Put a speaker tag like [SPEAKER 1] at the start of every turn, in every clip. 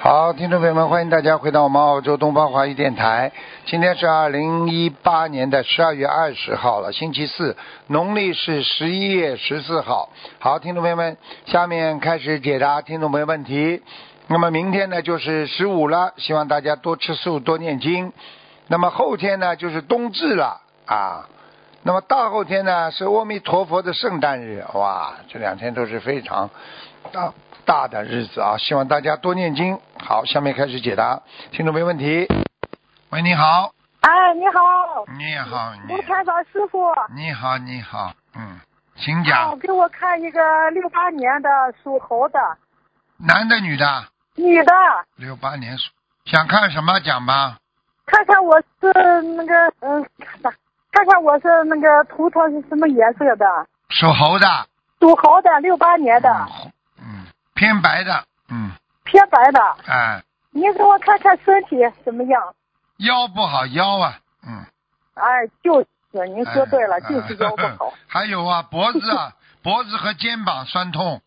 [SPEAKER 1] 好，听众朋友们，欢迎大家回到我们澳洲东方华语电台。今天是二零一八年的十二月二十号了，星期四，农历是十一月十四号。好，听众朋友们，下面开始解答听众朋友问题。那么明天呢就是十五了，希望大家多吃素，多念经。那么后天呢就是冬至了啊。那么大后天呢是阿弥陀佛的圣诞日，哇，这两天都是非常大大的日子啊！希望大家多念经。好，下面开始解答听众没问题。喂，你好，
[SPEAKER 2] 哎，你好，
[SPEAKER 1] 你好，你
[SPEAKER 2] 卢台长师傅，
[SPEAKER 1] 你好，你好，嗯，请
[SPEAKER 2] 啊
[SPEAKER 1] 讲，
[SPEAKER 2] 给我看一个六八年的属猴的
[SPEAKER 1] 男的女的，
[SPEAKER 2] 女的，
[SPEAKER 1] 六八年属，想看什么讲吧？
[SPEAKER 2] 看看我是那个嗯，看吧，看看我是那个图腾是什么颜色的？
[SPEAKER 1] 属猴的，
[SPEAKER 2] 属猴的，六八年的，
[SPEAKER 1] 嗯猴嗯，偏白的，嗯，
[SPEAKER 2] 偏白的。
[SPEAKER 1] 哎，
[SPEAKER 2] 您给我看看身体怎么样？
[SPEAKER 1] 腰不好，腰啊，嗯，
[SPEAKER 2] 哎，就是您说对了，
[SPEAKER 1] 哎
[SPEAKER 2] 就是腰不好
[SPEAKER 1] 哎， 还有啊，脖子啊， 脖子和肩膀酸痛，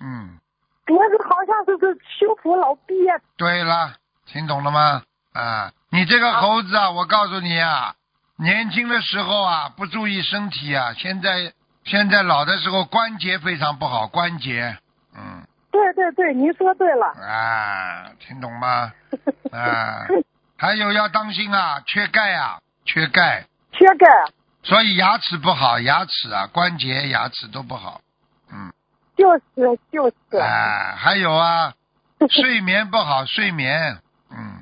[SPEAKER 1] 嗯，
[SPEAKER 2] 脖子好像是个胸脯老憋。
[SPEAKER 1] 对了，听懂了吗？啊，你这个猴子啊，我告诉你啊，年轻的时候啊不注意身体啊，现在现在老的时候关节非常不好，关节，嗯，
[SPEAKER 2] 对对对，您说对了。
[SPEAKER 1] 啊，听懂吗？啊，还有要当心啊，缺钙啊，缺钙，
[SPEAKER 2] 缺钙，
[SPEAKER 1] 所以牙齿不好，牙齿啊，关节、牙齿都不好，嗯，
[SPEAKER 2] 就是就是。
[SPEAKER 1] 啊，还有啊， 睡眠不好，睡眠，嗯。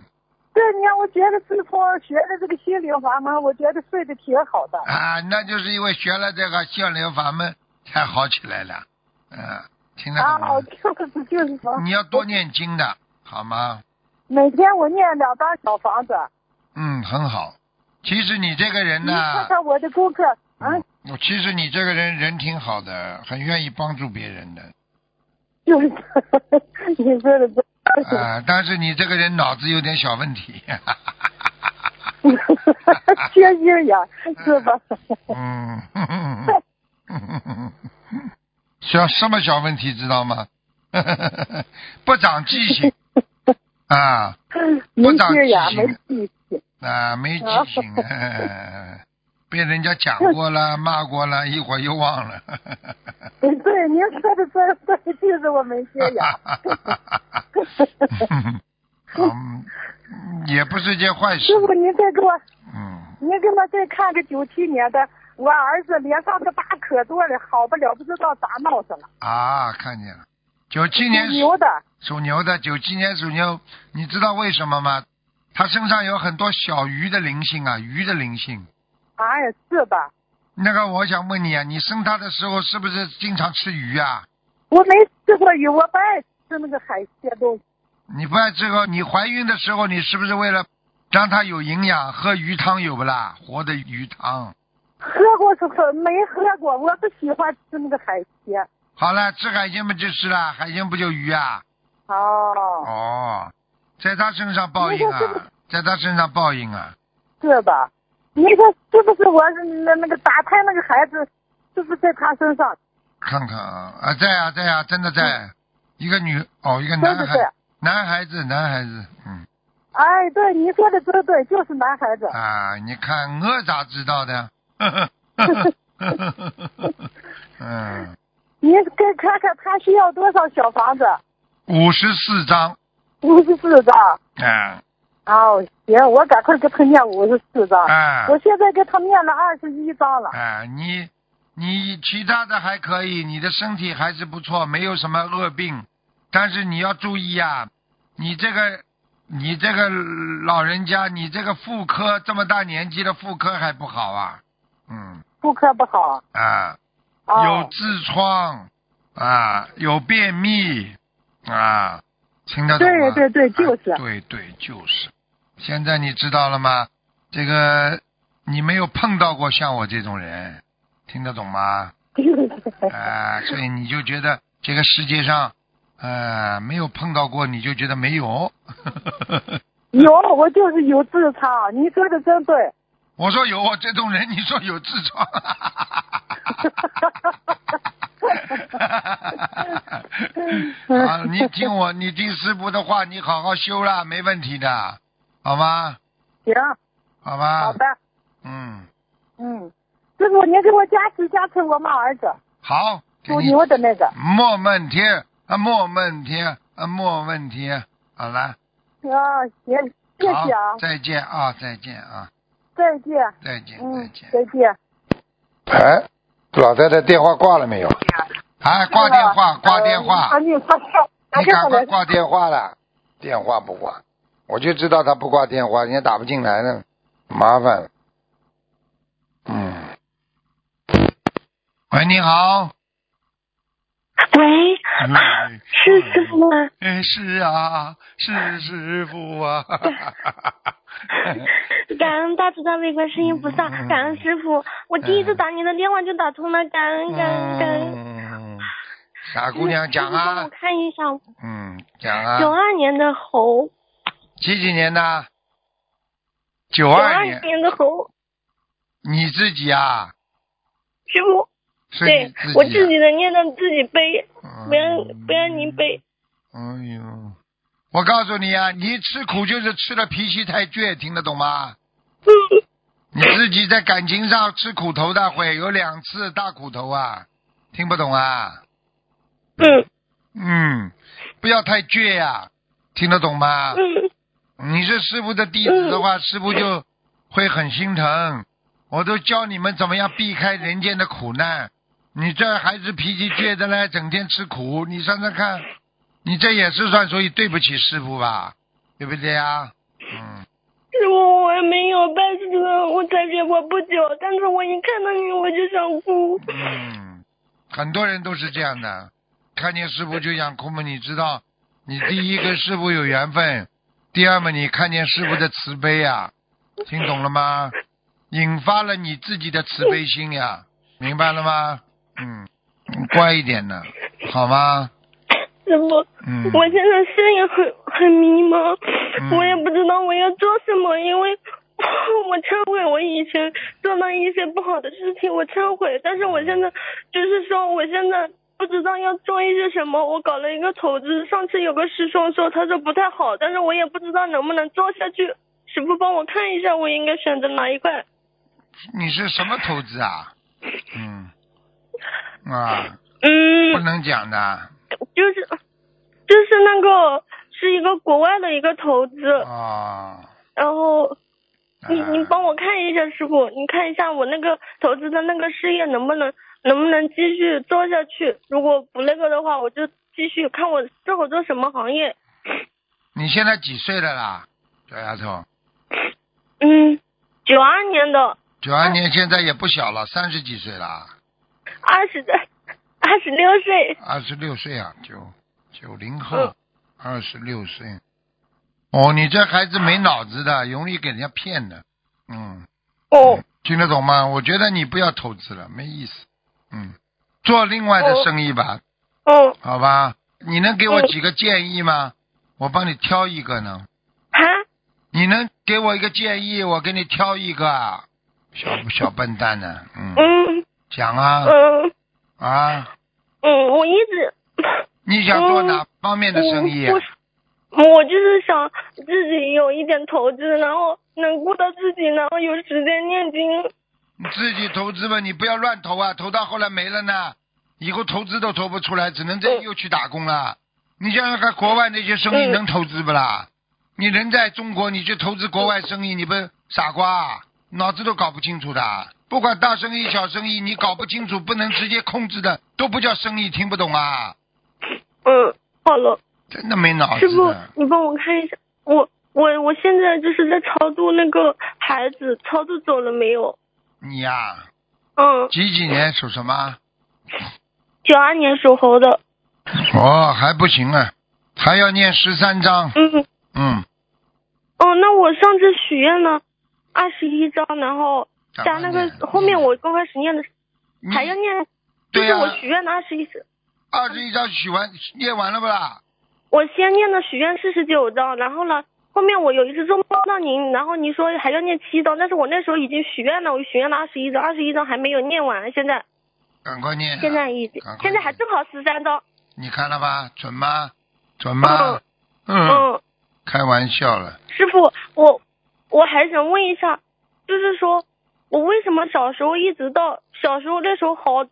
[SPEAKER 2] 这年我觉得自从学了这个心灵法门，我觉得睡得挺好的。
[SPEAKER 1] 啊，那就是因为学了这个心灵法门才好起来了。嗯、听得懂
[SPEAKER 2] 啊，我
[SPEAKER 1] 吗？
[SPEAKER 2] 就是就是说，
[SPEAKER 1] 你要多念经的，好吗？
[SPEAKER 2] 每天我念两张小房子。
[SPEAKER 1] 嗯，很好。其实你这个人
[SPEAKER 2] 你看
[SPEAKER 1] 呢，
[SPEAKER 2] 看我的功课，啊，
[SPEAKER 1] 我其实你这个人人挺好的，很愿意帮助别人的。
[SPEAKER 2] 就是你说的对。
[SPEAKER 1] 啊，但是你这个人脑子有点小问题。
[SPEAKER 2] 缺阴阳是吧？
[SPEAKER 1] 嗯，小什么小问题知道吗？ 不长记性啊。
[SPEAKER 2] 没缺
[SPEAKER 1] 不长
[SPEAKER 2] 氧，
[SPEAKER 1] 记
[SPEAKER 2] 没
[SPEAKER 1] 性
[SPEAKER 2] 记性。
[SPEAKER 1] 啊，没记性，哎被人家讲过了、骂过了，一会儿又忘了。
[SPEAKER 2] 对，您说的对，对，就是我没缺氧。
[SPEAKER 1] 嗯，也不是件坏事
[SPEAKER 2] 师。傅，您再给我，
[SPEAKER 1] 嗯，
[SPEAKER 2] 您给我再看个九七年的，我儿子脸上的疤可多了，好不了，不知道咋闹上了，
[SPEAKER 1] 啊，看见了。九七年
[SPEAKER 2] 挺牛的。
[SPEAKER 1] 属牛的，九七年属牛，你知道为什么吗？他身上有很多小鱼的灵性啊，鱼的灵性。
[SPEAKER 2] 哎，是吧？
[SPEAKER 1] 那个，我想问你啊，你生他的时候是不是经常吃鱼啊？
[SPEAKER 2] 我没吃过鱼，我不爱吃那个海鲜东西。
[SPEAKER 1] 你不爱这个，你怀孕的时候，你是不是为了让它有营养，喝鱼汤有不啦？活的鱼汤。
[SPEAKER 2] 喝过是喝，没喝过。我不喜欢吃那个海鲜。
[SPEAKER 1] 好了，吃海鲜不就吃了？海鲜不就鱼啊？
[SPEAKER 2] 哦，
[SPEAKER 1] 哦，在他身上报应啊
[SPEAKER 2] 那个是不，
[SPEAKER 1] 在他身上报应啊。
[SPEAKER 2] 是吧？你说是不是我那那个打胎那个孩子，是不是在他身上？
[SPEAKER 1] 看看啊，啊，在啊，在啊，真的在。一个女哦，一个
[SPEAKER 2] 对
[SPEAKER 1] 男
[SPEAKER 2] 对
[SPEAKER 1] 孩
[SPEAKER 2] 嗯对，，
[SPEAKER 1] 男孩子，男孩子，嗯
[SPEAKER 2] 哎，对，你说的真对，就是男孩子。
[SPEAKER 1] 啊，你看我咋知道的？ 嗯，
[SPEAKER 2] 您给看看他需要多少小房子？
[SPEAKER 1] 五十四张，
[SPEAKER 2] 五十四张。
[SPEAKER 1] 啊
[SPEAKER 2] 哦，行，我赶快给他念五十四张。
[SPEAKER 1] 啊。
[SPEAKER 2] 我现在给他念了二十一张了。
[SPEAKER 1] 哎，你你其他的还可以，你的身体还是不错，没有什么恶病，但是你要注意啊，你这个你这个老人家，你这个妇科这么大年纪的妇科还不好啊，嗯
[SPEAKER 2] 妇科不好。
[SPEAKER 1] 啊，
[SPEAKER 2] 哦、
[SPEAKER 1] 有痔疮啊，有便秘啊，听得懂吗？
[SPEAKER 2] 对对对就是
[SPEAKER 1] 啊对对就是。现在你知道了吗？这个你没有碰到过像我这种人，听得懂吗？ 啊，所以你就觉得这个世界上，呃，没有碰到过，你就觉得没有。
[SPEAKER 2] 有，我就是有痔疮。你说的真对。
[SPEAKER 1] 我说有我这种人，你说有痔疮，好，啊你听我，你听师傅的话，你好好修啦，没问题的，好吗？
[SPEAKER 2] 行，
[SPEAKER 1] 啊好吧。
[SPEAKER 2] 好的，
[SPEAKER 1] 嗯，
[SPEAKER 2] 嗯，师傅您给我加持加持我们儿子
[SPEAKER 1] 好。给
[SPEAKER 2] 属
[SPEAKER 1] 你
[SPEAKER 2] 牛的那个，
[SPEAKER 1] 莫问天啊，莫问天啊，莫问天。好了，
[SPEAKER 2] 啊，行，谢
[SPEAKER 1] 好
[SPEAKER 2] 谢啊，
[SPEAKER 1] 再见啊，再见啊，
[SPEAKER 2] 再见，
[SPEAKER 1] 再见，再
[SPEAKER 2] 嗯
[SPEAKER 1] 见，。
[SPEAKER 2] 再见。
[SPEAKER 1] 哎，老太太电话挂了没有？哎，挂电话，
[SPEAKER 2] 嗯
[SPEAKER 1] 挂电话。
[SPEAKER 2] 赶紧挂掉，
[SPEAKER 1] 你赶快挂电话了，电话不挂，我就知道他不挂电话，人家打不进来呢，麻烦了。嗯，喂，你好，
[SPEAKER 3] 喂，
[SPEAKER 1] 嗯
[SPEAKER 3] 啊是师傅吗？
[SPEAKER 1] 哎，是啊，是师傅 啊，嗯
[SPEAKER 3] 感恩大慈大悲观世音菩萨，感恩师傅。我第一次打您的电话就打通了，感恩感恩感恩。
[SPEAKER 1] 嗯，傻姑娘讲
[SPEAKER 3] 师傅帮
[SPEAKER 1] 啊
[SPEAKER 3] 我，看一下，
[SPEAKER 1] 嗯，讲
[SPEAKER 3] 九
[SPEAKER 1] 啊，
[SPEAKER 3] 二年的猴，
[SPEAKER 1] 几几年的？九
[SPEAKER 3] 九
[SPEAKER 1] 二
[SPEAKER 3] 二
[SPEAKER 1] 年，
[SPEAKER 3] 年的猴，
[SPEAKER 1] 你自己啊，
[SPEAKER 3] 师傅，
[SPEAKER 1] 是你
[SPEAKER 3] 对
[SPEAKER 1] 自己、啊，
[SPEAKER 3] 我自己的孽障自己背，不让
[SPEAKER 1] 嗯
[SPEAKER 3] 不让您背。
[SPEAKER 1] 哎呦，我告诉你啊，你吃苦就是吃了脾气太倔，听得懂吗？
[SPEAKER 3] 嗯
[SPEAKER 1] 你自己在感情上吃苦头的会有两次大苦头啊，听不懂啊？
[SPEAKER 3] 嗯
[SPEAKER 1] 嗯，不要太倔呀、听得懂吗？
[SPEAKER 3] 嗯
[SPEAKER 1] 你是师傅的弟子的话，师傅就会很心疼。我都教你们怎么样避开人间的苦难，你这还是脾气倔的嘞，整天吃苦。你想想看，你这也是算属于对不起师傅吧？对不对呀？嗯，
[SPEAKER 3] 师傅，我也没有拜师了，我才学佛不久，但是我一看到你我就想哭。
[SPEAKER 1] 嗯，很多人都是这样的，看见师傅就想哭嘛。你知道，你第一跟师傅有缘分，第二嘛，你看见师傅的慈悲呀、听懂了吗？引发了你自己的慈悲心呀、明白了吗？嗯，乖一点呢，好吗？
[SPEAKER 3] 师傅，
[SPEAKER 1] 嗯，
[SPEAKER 3] 我现在心也很很迷茫
[SPEAKER 1] 嗯，
[SPEAKER 3] 我也不知道我要做什么，因为 我忏悔我以前做了一些不好的事情，我忏悔，但是我现在就是说我现在。不知道要做一些什么，我搞了一个投资，上次有个师兄说他说不太好，但是我也不知道能不能做下去。师傅帮我看一下，我应该选择哪一块？
[SPEAKER 1] 你是什么投资啊？嗯，啊，不
[SPEAKER 3] 嗯，
[SPEAKER 1] 能讲的
[SPEAKER 3] 就是就是那个是一个国外的一个投资，
[SPEAKER 1] 哦。
[SPEAKER 3] 然后你
[SPEAKER 1] 啊
[SPEAKER 3] 你帮我看一下，师傅，你看一下我那个投资的那个事业能不能能不能继续做下去？如果不那个的话，我就继续看我最后做什么行业。
[SPEAKER 1] 你现在几岁了啦，小丫头？
[SPEAKER 3] 嗯，九二年的，
[SPEAKER 1] 九二年现在也不小了，三十几岁了，
[SPEAKER 3] 二十 的，二十六岁。
[SPEAKER 1] 二十六岁啊，九九零后，二十六岁。哦，你这孩子没脑子的，容易给人家骗的。嗯，
[SPEAKER 3] 哦，
[SPEAKER 1] 听得懂吗？我觉得你不要投资了，没意思。嗯，做另外的
[SPEAKER 3] 哦
[SPEAKER 1] 生意吧，
[SPEAKER 3] 哦，
[SPEAKER 1] 好吧？你能给我
[SPEAKER 3] 嗯
[SPEAKER 1] 几个建议吗？我帮你挑一个呢。
[SPEAKER 3] 哈，
[SPEAKER 1] 你能给我一个建议，我给你挑一个啊。小小笨蛋呢、嗯，
[SPEAKER 3] 嗯
[SPEAKER 1] 讲啊
[SPEAKER 3] 嗯
[SPEAKER 1] 啊，
[SPEAKER 3] 嗯，我一直，
[SPEAKER 1] 你想做哪方面的生意啊？
[SPEAKER 3] 哦我我我就是想自己有一点投资，然后能顾到自己，然后有时间念经。
[SPEAKER 1] 你自己投资吧，你不要乱投啊，投到后来没了呢，以后投资都投不出来，只能再
[SPEAKER 3] 嗯
[SPEAKER 1] 又去打工了。你想想看，国外那些生意
[SPEAKER 3] 嗯
[SPEAKER 1] 能投资不啦？你人在中国，你去投资国外生意，你不是傻瓜啊，脑子都搞不清楚的。不管大生意、小生意，你搞不清楚、不能直接控制的，都不叫生意，听不懂啊！
[SPEAKER 3] 嗯，好了。
[SPEAKER 1] 真的没脑子
[SPEAKER 3] 师傅
[SPEAKER 1] 哦的，。
[SPEAKER 3] 你帮我看一下，我我我现在就是在超度那个孩子，超度走了没有？
[SPEAKER 1] 你呀、
[SPEAKER 3] 嗯，
[SPEAKER 1] 几几年属什么？
[SPEAKER 3] 九二年属猴的，
[SPEAKER 1] 哦，还不行啊，还要念十三章。
[SPEAKER 3] 嗯，
[SPEAKER 1] 嗯，
[SPEAKER 3] 哦，那我上次许愿了二十一章，然后加那个后面我刚开始念的
[SPEAKER 1] 你
[SPEAKER 3] 还要念，就
[SPEAKER 1] 嗯对
[SPEAKER 3] 是
[SPEAKER 1] 呀、
[SPEAKER 3] 我许愿的二十一章，
[SPEAKER 1] 二十一章许完念完了不啦？
[SPEAKER 3] 我先念的许愿四十九章，然后呢。后面我有一次做梦到您，然后你说还要念七章，但是我那时候已经许愿了，我许愿了二十一章，二十一章还没有念完，现在
[SPEAKER 1] 赶快念啊。
[SPEAKER 3] 现在已经
[SPEAKER 1] 赶快
[SPEAKER 3] 现在还正好十三张。
[SPEAKER 1] 你看了吧？准吗？准
[SPEAKER 3] 哦
[SPEAKER 1] 吗？嗯，
[SPEAKER 3] 嗯，
[SPEAKER 1] 开玩笑了。
[SPEAKER 3] 师傅，我我还想问一下，就是说我为什么小时候一直到小时候那时候好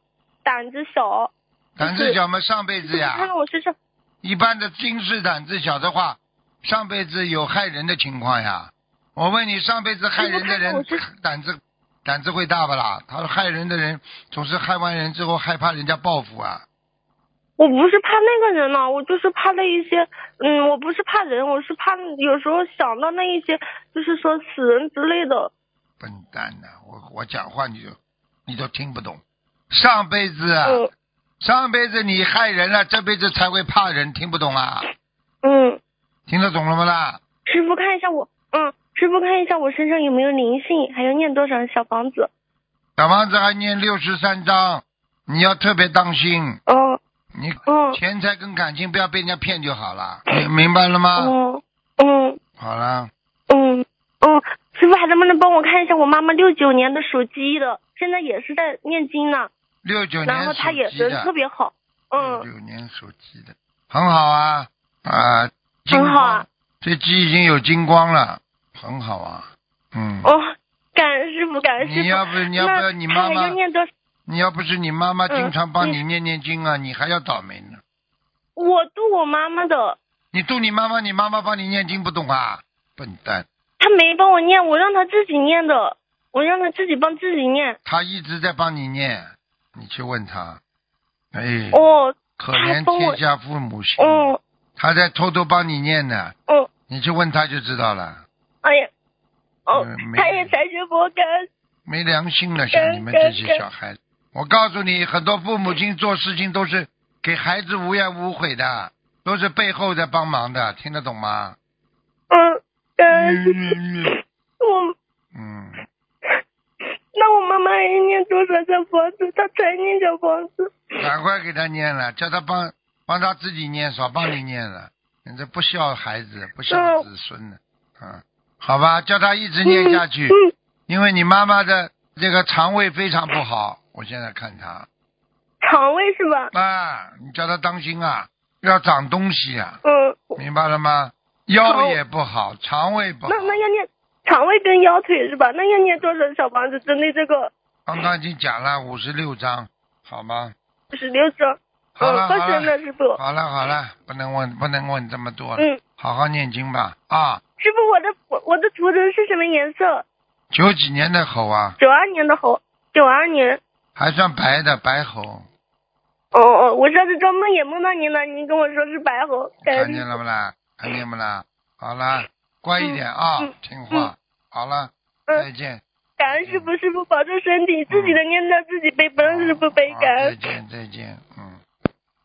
[SPEAKER 3] 胆子小，
[SPEAKER 1] 胆子小嘛，上辈子
[SPEAKER 3] 看
[SPEAKER 1] 呀，
[SPEAKER 3] 到我身上
[SPEAKER 1] 一般的今世胆子小的话，上辈子有害人的情况呀。我问你，上辈子害人的人
[SPEAKER 3] 师傅看
[SPEAKER 1] 胆子胆子会大不啦？他说害人的人总是害完人之后害怕人家报复啊。
[SPEAKER 3] 我不是怕那个人呐、我就是怕那一些，嗯，我不是怕人，我是怕有时候想到那一些，就是说死人之类的。
[SPEAKER 1] 笨蛋呐、我我讲话你就你都听不懂。上辈子啊，
[SPEAKER 3] 嗯
[SPEAKER 1] 上辈子你害人了，这辈子才会怕人，听不懂啊？
[SPEAKER 3] 嗯，
[SPEAKER 1] 听得懂了吗啦？
[SPEAKER 3] 师傅看一下我，嗯，师傅看一下我身上有没有灵性，还要念多少小房子？
[SPEAKER 1] 小房子还念六十三章，你要特别当心，
[SPEAKER 3] 哦
[SPEAKER 1] 你
[SPEAKER 3] 哦
[SPEAKER 1] 钱财跟感情不要被人家骗就好了，
[SPEAKER 3] 嗯
[SPEAKER 1] 你明白了吗？
[SPEAKER 3] 哦嗯
[SPEAKER 1] 好了，
[SPEAKER 3] 嗯嗯，师傅还能不能帮我看一下我妈妈六九年的属鸡的，现在也是在念经呢，
[SPEAKER 1] 六九年
[SPEAKER 3] 然后
[SPEAKER 1] 属
[SPEAKER 3] 她也
[SPEAKER 1] 鸡的
[SPEAKER 3] 人，特别好，
[SPEAKER 1] 六
[SPEAKER 3] 嗯
[SPEAKER 1] 九年属鸡的，很好啊啊，金
[SPEAKER 3] 很好啊
[SPEAKER 1] 光，这鸡已经有金光了，很好啊，嗯，
[SPEAKER 3] 哦，感恩师傅，感恩师傅。
[SPEAKER 1] 你要不你要不
[SPEAKER 3] 那
[SPEAKER 1] 要你妈
[SPEAKER 3] 她还
[SPEAKER 1] 妈
[SPEAKER 3] 要念多少？
[SPEAKER 1] 你要不是你妈妈经常帮
[SPEAKER 3] 嗯
[SPEAKER 1] 你念念经啊，你还要倒霉呢。
[SPEAKER 3] 我度我妈妈的，
[SPEAKER 1] 你度你妈妈，你妈妈帮你念经不懂啊，笨蛋！
[SPEAKER 3] 她没帮我念，我让她自己念的，我让她自己帮自己念。
[SPEAKER 1] 她一直在帮你念，你去问她。哎，
[SPEAKER 3] 哦，
[SPEAKER 1] 可怜
[SPEAKER 3] 她帮我
[SPEAKER 1] 天下父母心，
[SPEAKER 3] 哦，
[SPEAKER 1] 她在偷偷帮你念呢，
[SPEAKER 3] 哦，
[SPEAKER 1] 你去问她就知道了。
[SPEAKER 3] 哎呀，哦
[SPEAKER 1] 嗯，没
[SPEAKER 3] 她也才学佛感恩。
[SPEAKER 1] 没良心了，像你们这些小孩子，我告诉你，很多父母亲做事情都是给孩子无怨无悔的，都是背后在帮忙的，听得懂吗？
[SPEAKER 3] 嗯，感恩师
[SPEAKER 1] 嗯
[SPEAKER 3] 傅。 我
[SPEAKER 1] 嗯，
[SPEAKER 3] 那我妈妈还要念多少小房子？她才念小房子。
[SPEAKER 1] 赶快给他念了，叫他帮帮他自己念，少帮你念了。你这不孝孩子，不
[SPEAKER 3] 嗯
[SPEAKER 1] 孝子孙呢，啊，好吧，叫他一直念下去，
[SPEAKER 3] 嗯
[SPEAKER 1] 因为你妈妈的这个肠胃非常不好，我现在看她
[SPEAKER 3] 肠胃是吧？
[SPEAKER 1] 啊，你叫她当心啊，要长东西啊，
[SPEAKER 3] 嗯，
[SPEAKER 1] 明白了吗？腰也不好，肠胃不好
[SPEAKER 3] 那，哦那要念肠胃跟腰腿是吧？那要念多少小房子？针对这个
[SPEAKER 1] 刚刚已经讲了五十六章，好吗？
[SPEAKER 3] 十六章。
[SPEAKER 1] 好
[SPEAKER 3] 嗯，
[SPEAKER 1] 了
[SPEAKER 3] 快
[SPEAKER 1] 好
[SPEAKER 3] 生了，
[SPEAKER 1] 了
[SPEAKER 3] 师傅。
[SPEAKER 1] 好了好了，不能问不能问这么多了，
[SPEAKER 3] 嗯，
[SPEAKER 1] 好好念经吧啊。
[SPEAKER 3] 师傅，我的我我的图腾是什么颜色？
[SPEAKER 1] 九几年的猴啊，
[SPEAKER 3] 九二年的猴，九二年。
[SPEAKER 1] 还算白的白猴，
[SPEAKER 3] 哦哦，我上次做梦也梦到您了，您跟我说是白猴，感
[SPEAKER 1] 看
[SPEAKER 3] 恩
[SPEAKER 1] 见了不啦？看见不啦？好啦，乖一点啊，
[SPEAKER 3] 嗯
[SPEAKER 1] 听话。好了，再
[SPEAKER 3] 嗯，
[SPEAKER 1] 见。
[SPEAKER 3] 感恩师傅，师傅保重身体，自己的念叨自己背，不让师傅背，
[SPEAKER 1] 嗯好
[SPEAKER 3] 感
[SPEAKER 1] 再
[SPEAKER 3] 恩。
[SPEAKER 1] 见，再见。嗯。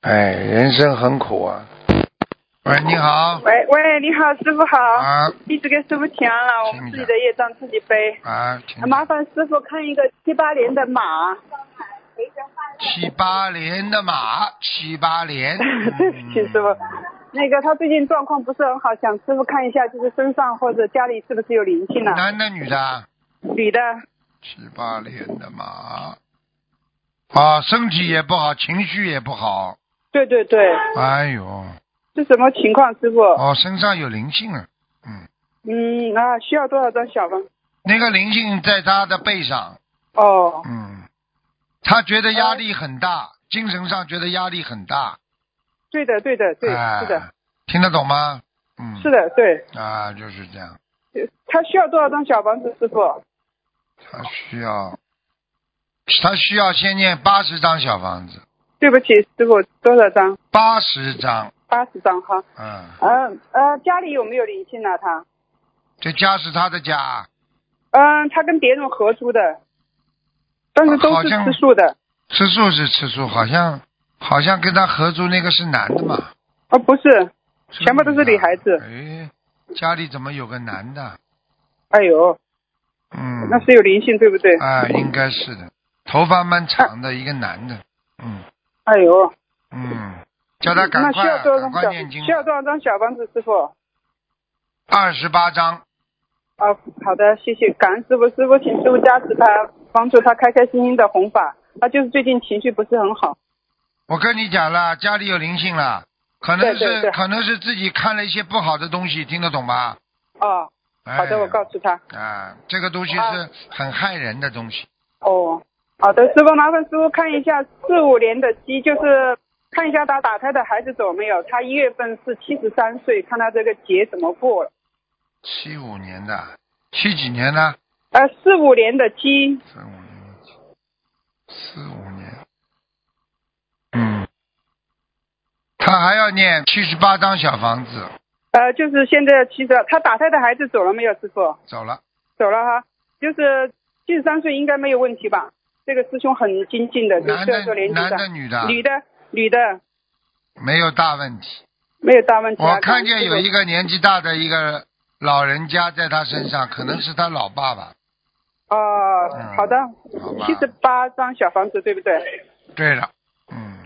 [SPEAKER 1] 哎，人生很苦啊。喂，你好。
[SPEAKER 2] 喂喂，你好，师傅好，
[SPEAKER 1] 啊
[SPEAKER 2] 弟子给师傅请安了，我
[SPEAKER 1] 请讲
[SPEAKER 2] 们自己的业障自己背。
[SPEAKER 1] 啊，请
[SPEAKER 2] 麻烦师傅看一个七八年的马，。
[SPEAKER 1] 七八年的马，七八年
[SPEAKER 2] 对不起师傅
[SPEAKER 1] 嗯，
[SPEAKER 2] 那个他最近状况不是很好，想师傅看一下，就是身上或者家里是不是有灵性了？
[SPEAKER 1] 男的女的啊？
[SPEAKER 2] 女的，
[SPEAKER 1] 七八年的马。啊，身体也不好，情绪也不好。
[SPEAKER 2] 对对对，
[SPEAKER 1] 哎呦。
[SPEAKER 2] 是什么情况，师傅？
[SPEAKER 1] 哦，身上有灵性了，嗯，
[SPEAKER 2] 嗯啊，需要多少张小房？
[SPEAKER 1] 那个灵性在他的背上，
[SPEAKER 2] 哦，
[SPEAKER 1] 嗯，他觉得压力很大，精神上觉得压力很大，
[SPEAKER 2] 对的对的对，
[SPEAKER 1] 哎
[SPEAKER 2] 是的，
[SPEAKER 1] 听得懂吗？嗯，
[SPEAKER 2] 是的对，
[SPEAKER 1] 啊，就是这样，
[SPEAKER 2] 他需要多少张小房子，师傅？
[SPEAKER 1] 他需要，他需要先念八十张小房子，
[SPEAKER 2] 对不起，师傅，多少张？
[SPEAKER 1] 八十张，
[SPEAKER 2] 八十张哈。
[SPEAKER 1] 嗯，
[SPEAKER 2] 嗯呃，家里有没有灵性呢、啊他？
[SPEAKER 1] 这家是他的家，
[SPEAKER 2] 嗯，他跟别人合租的，但是都
[SPEAKER 1] 好
[SPEAKER 2] 是
[SPEAKER 1] 像
[SPEAKER 2] 吃素的。
[SPEAKER 1] 吃素是吃素，好像好像跟他合租那个是男的嘛，
[SPEAKER 2] 哦，不是，
[SPEAKER 1] 个
[SPEAKER 2] 全部都是女孩子
[SPEAKER 1] 哎，家里怎么有个男的？
[SPEAKER 2] 哎呦，
[SPEAKER 1] 嗯，
[SPEAKER 2] 那是有灵性，对不对？
[SPEAKER 1] 啊，应该是的，头发蛮长的，一个男的，嗯
[SPEAKER 2] 哎呦，
[SPEAKER 1] 嗯，叫他赶
[SPEAKER 2] 那需
[SPEAKER 1] 快啊
[SPEAKER 2] 要多少
[SPEAKER 1] 赶
[SPEAKER 2] 张
[SPEAKER 1] 快
[SPEAKER 2] 小
[SPEAKER 1] 念经
[SPEAKER 2] 需，要多少张小房子，师傅？
[SPEAKER 1] 二十八章，
[SPEAKER 4] 啊
[SPEAKER 2] 哦，好的，谢谢，感恩师傅，师傅请师傅加持他，帮助他开开心心的弘法。
[SPEAKER 4] 他就是最近情绪不是很好。
[SPEAKER 1] 我跟你讲了，家里有灵性了，可能是
[SPEAKER 4] 对对对
[SPEAKER 1] 可能是自己看了一些不好的东西，听得懂吧？
[SPEAKER 4] 哦，
[SPEAKER 1] 哎、
[SPEAKER 4] 好的，我告诉他。
[SPEAKER 1] 啊，这个东西
[SPEAKER 4] 啊
[SPEAKER 1] 是很害人的东西。
[SPEAKER 4] 哦，好的，师傅，麻烦师傅看一下四五年的鸡，就是看一下他打胎的孩子走没有？他一月份是七十三岁，看他这个节怎么过了。
[SPEAKER 1] 七五年的，七几年的？
[SPEAKER 4] 呃，四五年的鸡，
[SPEAKER 1] 四五年，四五年，嗯，他还要念七十八张小房子，
[SPEAKER 4] 呃，就是现在七十，他打胎的孩子走了没有，师傅？
[SPEAKER 1] 走了。
[SPEAKER 4] 走了哈，就是七十三岁应该没有问题吧？这个师兄很精进的，就是
[SPEAKER 1] 男
[SPEAKER 4] 这个
[SPEAKER 1] 的
[SPEAKER 4] 年纪
[SPEAKER 1] 男的女的
[SPEAKER 4] 女的女的
[SPEAKER 1] 没有大问题。
[SPEAKER 4] 没有大问题啊。
[SPEAKER 1] 我看见有一
[SPEAKER 4] 个
[SPEAKER 1] 个年纪大的一个老人家在他身上，可能是他老爸爸。
[SPEAKER 4] 哦、
[SPEAKER 1] 嗯
[SPEAKER 4] 好的
[SPEAKER 1] 好吧，
[SPEAKER 4] 七十八张小房子对不对？
[SPEAKER 1] 对了，嗯，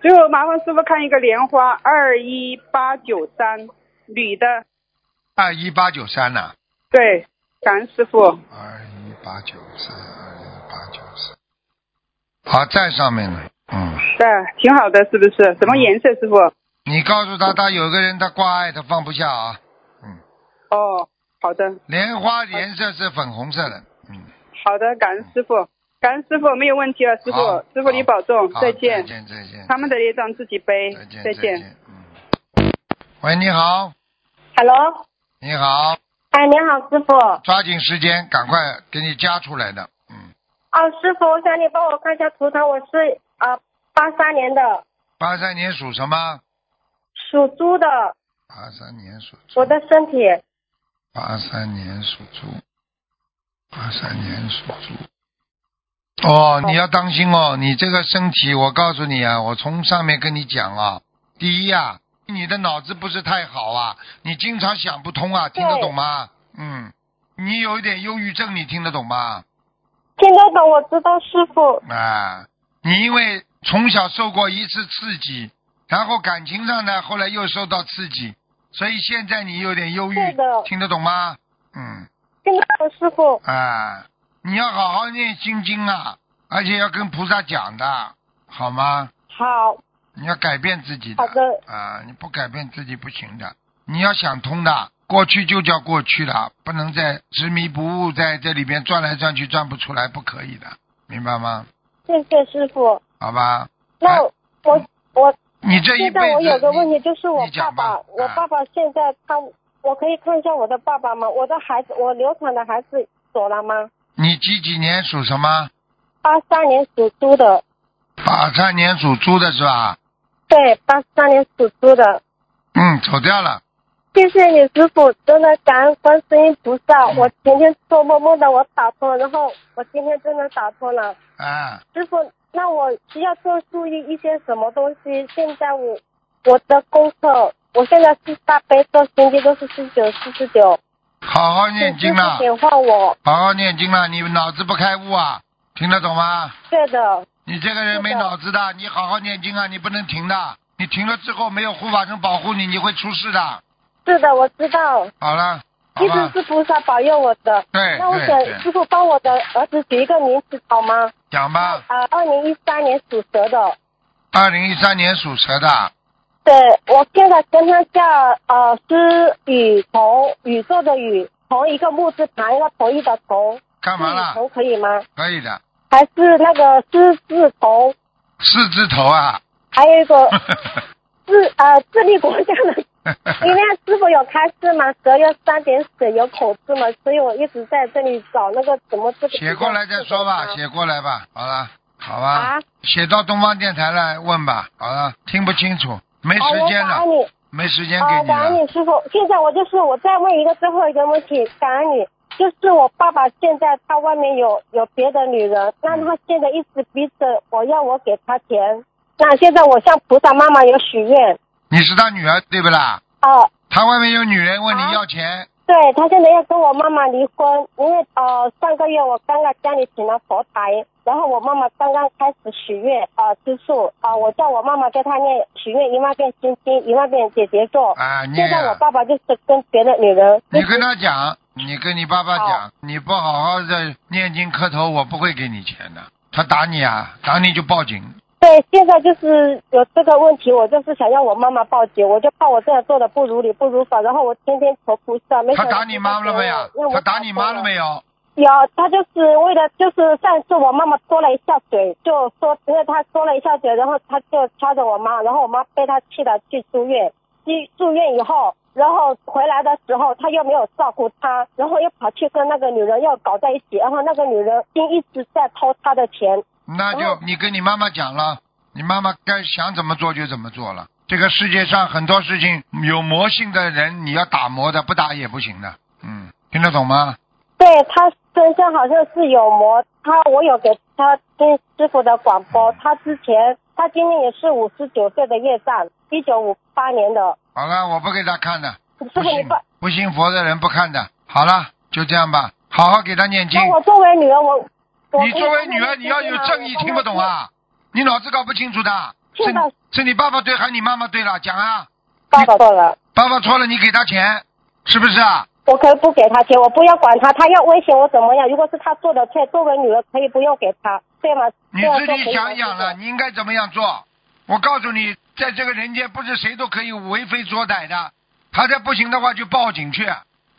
[SPEAKER 4] 最后麻烦师傅看一个莲花二一八九三女的，
[SPEAKER 1] 二一八九三呐，
[SPEAKER 4] 对，感恩师傅。
[SPEAKER 1] 二一八九三，二一八九三，好，在上面呢，嗯，
[SPEAKER 4] 对，挺好的，是不是？什么颜色，师傅？
[SPEAKER 1] 你告诉他，他有个人他挂碍，他放不下啊，嗯，
[SPEAKER 4] 哦，好的，
[SPEAKER 1] 莲花颜色是粉红色的，嗯，
[SPEAKER 4] 好的，感恩师傅，感恩师傅，没有问题了，啊师
[SPEAKER 1] 好
[SPEAKER 4] 傅，师傅你保重，
[SPEAKER 1] 好
[SPEAKER 4] 再
[SPEAKER 1] 见，
[SPEAKER 4] 见。
[SPEAKER 1] 再见，再见，
[SPEAKER 4] 他们的业障自己背
[SPEAKER 1] 再见，，
[SPEAKER 4] 再
[SPEAKER 1] 再
[SPEAKER 4] 见。
[SPEAKER 1] 见，嗯，喂，你好，
[SPEAKER 2] Hello，
[SPEAKER 1] 你好，
[SPEAKER 2] 哎，您好，师傅。
[SPEAKER 1] 抓紧时间，赶快给你加出来的，嗯，
[SPEAKER 2] 哦，师傅，我想你帮我看一下图腾，我是啊八三年的，
[SPEAKER 1] 八三年属什么？
[SPEAKER 2] 属猪的，
[SPEAKER 1] 八三年属猪。
[SPEAKER 2] 我的身体
[SPEAKER 1] 八三年属猪，八三年属猪。哦，你要当心哦，你这个身体，我告诉你啊，我从上面跟你讲啊，第一啊，你的脑子不是太好啊，你经常想不通啊，听得懂吗？嗯，你有一点忧郁症，你听得懂吗？
[SPEAKER 2] 听得懂，我知道师傅，
[SPEAKER 1] 啊，你因为从小受过一次刺激，然后感情上呢，后来又受到刺激，所以现在你有点忧郁
[SPEAKER 2] 是的，
[SPEAKER 1] 听得懂吗？嗯。
[SPEAKER 2] 听得懂师傅。
[SPEAKER 1] 啊，你要好好念心经啊，而且要跟菩萨讲的，好吗？
[SPEAKER 2] 好，
[SPEAKER 1] 你要改变自己的。
[SPEAKER 2] 好的
[SPEAKER 1] 啊，你不改变自己不行的，你要想通的。过去就叫过去了，不能再执迷不悟，在这里边转来转去转不出来，不可以的，明白吗？
[SPEAKER 2] 谢谢师傅。
[SPEAKER 1] 好吧。
[SPEAKER 2] 那
[SPEAKER 1] 啊
[SPEAKER 2] 我我
[SPEAKER 1] 你这一
[SPEAKER 2] 现
[SPEAKER 1] 辈
[SPEAKER 2] 在
[SPEAKER 1] 子，
[SPEAKER 2] 我有个问
[SPEAKER 1] 你
[SPEAKER 2] 题，就是我
[SPEAKER 1] 你
[SPEAKER 2] 爸
[SPEAKER 1] 讲吧
[SPEAKER 2] 爸，我
[SPEAKER 1] 啊
[SPEAKER 2] 爸爸现在他，我可以看一下我的爸爸吗？我的孩子，我流产的孩子走了吗？
[SPEAKER 1] 你几几年属什么？
[SPEAKER 2] 八三年属猪的，
[SPEAKER 1] 八三年属猪的是吧？
[SPEAKER 2] 对，八三年属猪的。
[SPEAKER 1] 嗯，走掉了。
[SPEAKER 2] 谢谢你师傅，真的感恩观世音菩萨。
[SPEAKER 1] 嗯
[SPEAKER 2] 我前天做梦梦到我打通了，然后我今天真的打通了。
[SPEAKER 1] 啊，
[SPEAKER 2] 师傅，那我需要多注意一些什么东西？现在我我的功课，我现在是大悲咒心经都是四九四十九，
[SPEAKER 1] 好好
[SPEAKER 2] 请
[SPEAKER 1] 念
[SPEAKER 2] 师
[SPEAKER 1] 经啊
[SPEAKER 2] 傅
[SPEAKER 1] 了。
[SPEAKER 2] 点化我。
[SPEAKER 1] 好好念经了，你脑子不开悟啊，听得懂吗？
[SPEAKER 2] 对的，
[SPEAKER 1] 你这个人没
[SPEAKER 2] 是的
[SPEAKER 1] 脑子的，你好好念经啊，你不能停的，你停了之后没有护法神保护你，你会出事的。
[SPEAKER 2] 是的，我知道，
[SPEAKER 1] 好了，好
[SPEAKER 2] 一直
[SPEAKER 1] 吧，
[SPEAKER 2] 是菩萨保佑我的。
[SPEAKER 1] 对
[SPEAKER 2] 那我
[SPEAKER 1] 对
[SPEAKER 2] 想
[SPEAKER 1] 对
[SPEAKER 2] 师傅帮我的儿子取一个名字好吗？
[SPEAKER 1] 讲吧。
[SPEAKER 2] 啊，二零一三年属蛇的。
[SPEAKER 1] 二零一三年属蛇的，
[SPEAKER 2] 对，我现在跟他叫呃，是雨桐，宇宙的宇，同一个木字旁，一个同一的同，
[SPEAKER 1] 干嘛
[SPEAKER 2] 是雨
[SPEAKER 1] 了？
[SPEAKER 2] 桐可以吗？
[SPEAKER 1] 可以的，
[SPEAKER 2] 还是那个狮字头，
[SPEAKER 1] 四字头啊。
[SPEAKER 2] 还有一个智呃智利国家的。因为师傅有开示嘛，蛇有三点水，有口字嘛，所以我一直在这里找那个怎么这 个。
[SPEAKER 1] 写过来再说吧，写过来吧，好了，好吧，
[SPEAKER 2] 啊，
[SPEAKER 1] 写到东方电台来问吧，好了，听不清楚，没
[SPEAKER 2] 好，
[SPEAKER 1] 时
[SPEAKER 2] 哦我
[SPEAKER 1] 间
[SPEAKER 2] 感
[SPEAKER 1] 了
[SPEAKER 2] 恩，你。
[SPEAKER 1] 没时间给
[SPEAKER 2] 啊，
[SPEAKER 1] 你
[SPEAKER 2] 感恩
[SPEAKER 1] 了，
[SPEAKER 2] 你师傅。现在我就是我再问一个最后一个问题，感恩你。就是我爸爸现在他外面有有别的女人，那他现在一直逼着我要我给他钱。那现在我向菩萨妈妈有许愿，
[SPEAKER 1] 你是他女儿对不啦？
[SPEAKER 2] 哦、
[SPEAKER 1] 他外面有女人问你
[SPEAKER 2] 啊
[SPEAKER 1] 要钱，
[SPEAKER 2] 对他现在要跟我妈妈离婚，因为呃上个月我刚刚家里请了佛台，然后我妈妈刚刚开始许愿啊吃素啊，我叫我妈妈给她念许愿一万遍心经，一万遍解结咒。
[SPEAKER 1] 啊，你
[SPEAKER 2] 现在我
[SPEAKER 1] 呀，
[SPEAKER 2] 爸爸就是跟别的女人，
[SPEAKER 1] 你跟他讲，你跟你爸爸
[SPEAKER 2] 好
[SPEAKER 1] 讲，你不好好的念经磕头，我不会给你钱的。他打你啊，打你就报警。
[SPEAKER 2] 对，现在就是有这个问题，我就是想要我妈妈报警，我就怕我这样做的不如理不如法，然后我天天求菩萨，没
[SPEAKER 1] 他
[SPEAKER 2] 想到
[SPEAKER 1] 打你妈了没有
[SPEAKER 2] 让？我
[SPEAKER 1] 他打你妈了没有？
[SPEAKER 2] 有，他就是为了，就是上次我妈妈说了一下嘴，就说因为他说了一下嘴，然后他就掐着我妈，然后我妈被他气的去住院，去住院以后，然后回来的时候他又没有照顾她，然后又跑去跟那个女人又搞在一起，然后那个女人心一直在偷他的钱，
[SPEAKER 1] 那就
[SPEAKER 2] 哦
[SPEAKER 1] 你跟你妈妈讲了，你妈妈该想怎么做就怎么做了。这个世界上很多事情有魔性的人，你要打磨的，不打也不行的。嗯，听得懂吗？
[SPEAKER 2] 对他身上好像是有魔，他我有给他听师傅的广
[SPEAKER 1] 嗯
[SPEAKER 2] 播，他之前他今年也是五十九岁的业障，一九五八年的，
[SPEAKER 1] 好了，我不给他看的，
[SPEAKER 2] 师
[SPEAKER 1] 不
[SPEAKER 2] 傅你
[SPEAKER 1] 信
[SPEAKER 2] 快。
[SPEAKER 1] 不信佛的人不看的。好了，就这样吧，好好给他念经
[SPEAKER 2] 那。我作为女儿，我我
[SPEAKER 1] 你作为女儿，你要有正义，听不懂？啊？你脑子搞不清楚的，是
[SPEAKER 2] 听到
[SPEAKER 1] 是你爸爸对还是你妈妈对了？讲啊，
[SPEAKER 2] 爸爸错了，
[SPEAKER 1] 爸爸错了，你给他钱，是不是啊？
[SPEAKER 2] 我可以不给他钱，我不要管他，他要威胁我怎么样？如果是他做的错，作为女儿可以不用给他，对吗？
[SPEAKER 1] 你
[SPEAKER 2] 这样
[SPEAKER 1] 自
[SPEAKER 2] 做可
[SPEAKER 1] 己
[SPEAKER 2] 以吗
[SPEAKER 1] 想一想了，
[SPEAKER 2] 师
[SPEAKER 1] 你应该怎么样做？我告诉你，在这个人间，不是谁都可以为非作歹的。他再不行的话，就报警去。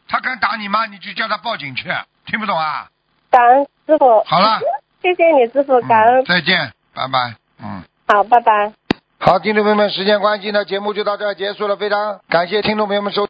[SPEAKER 1] 他敢打你妈，你就叫他报警去。听不懂啊？
[SPEAKER 2] 傅感恩师傅。
[SPEAKER 1] 好了，
[SPEAKER 2] 谢谢你师傅，感恩
[SPEAKER 1] 嗯，再见，拜拜，嗯。
[SPEAKER 2] 好，拜拜。
[SPEAKER 1] 好，听众朋友们，时间关系呢，节目就到这儿结束了。非常感谢听众朋友们收。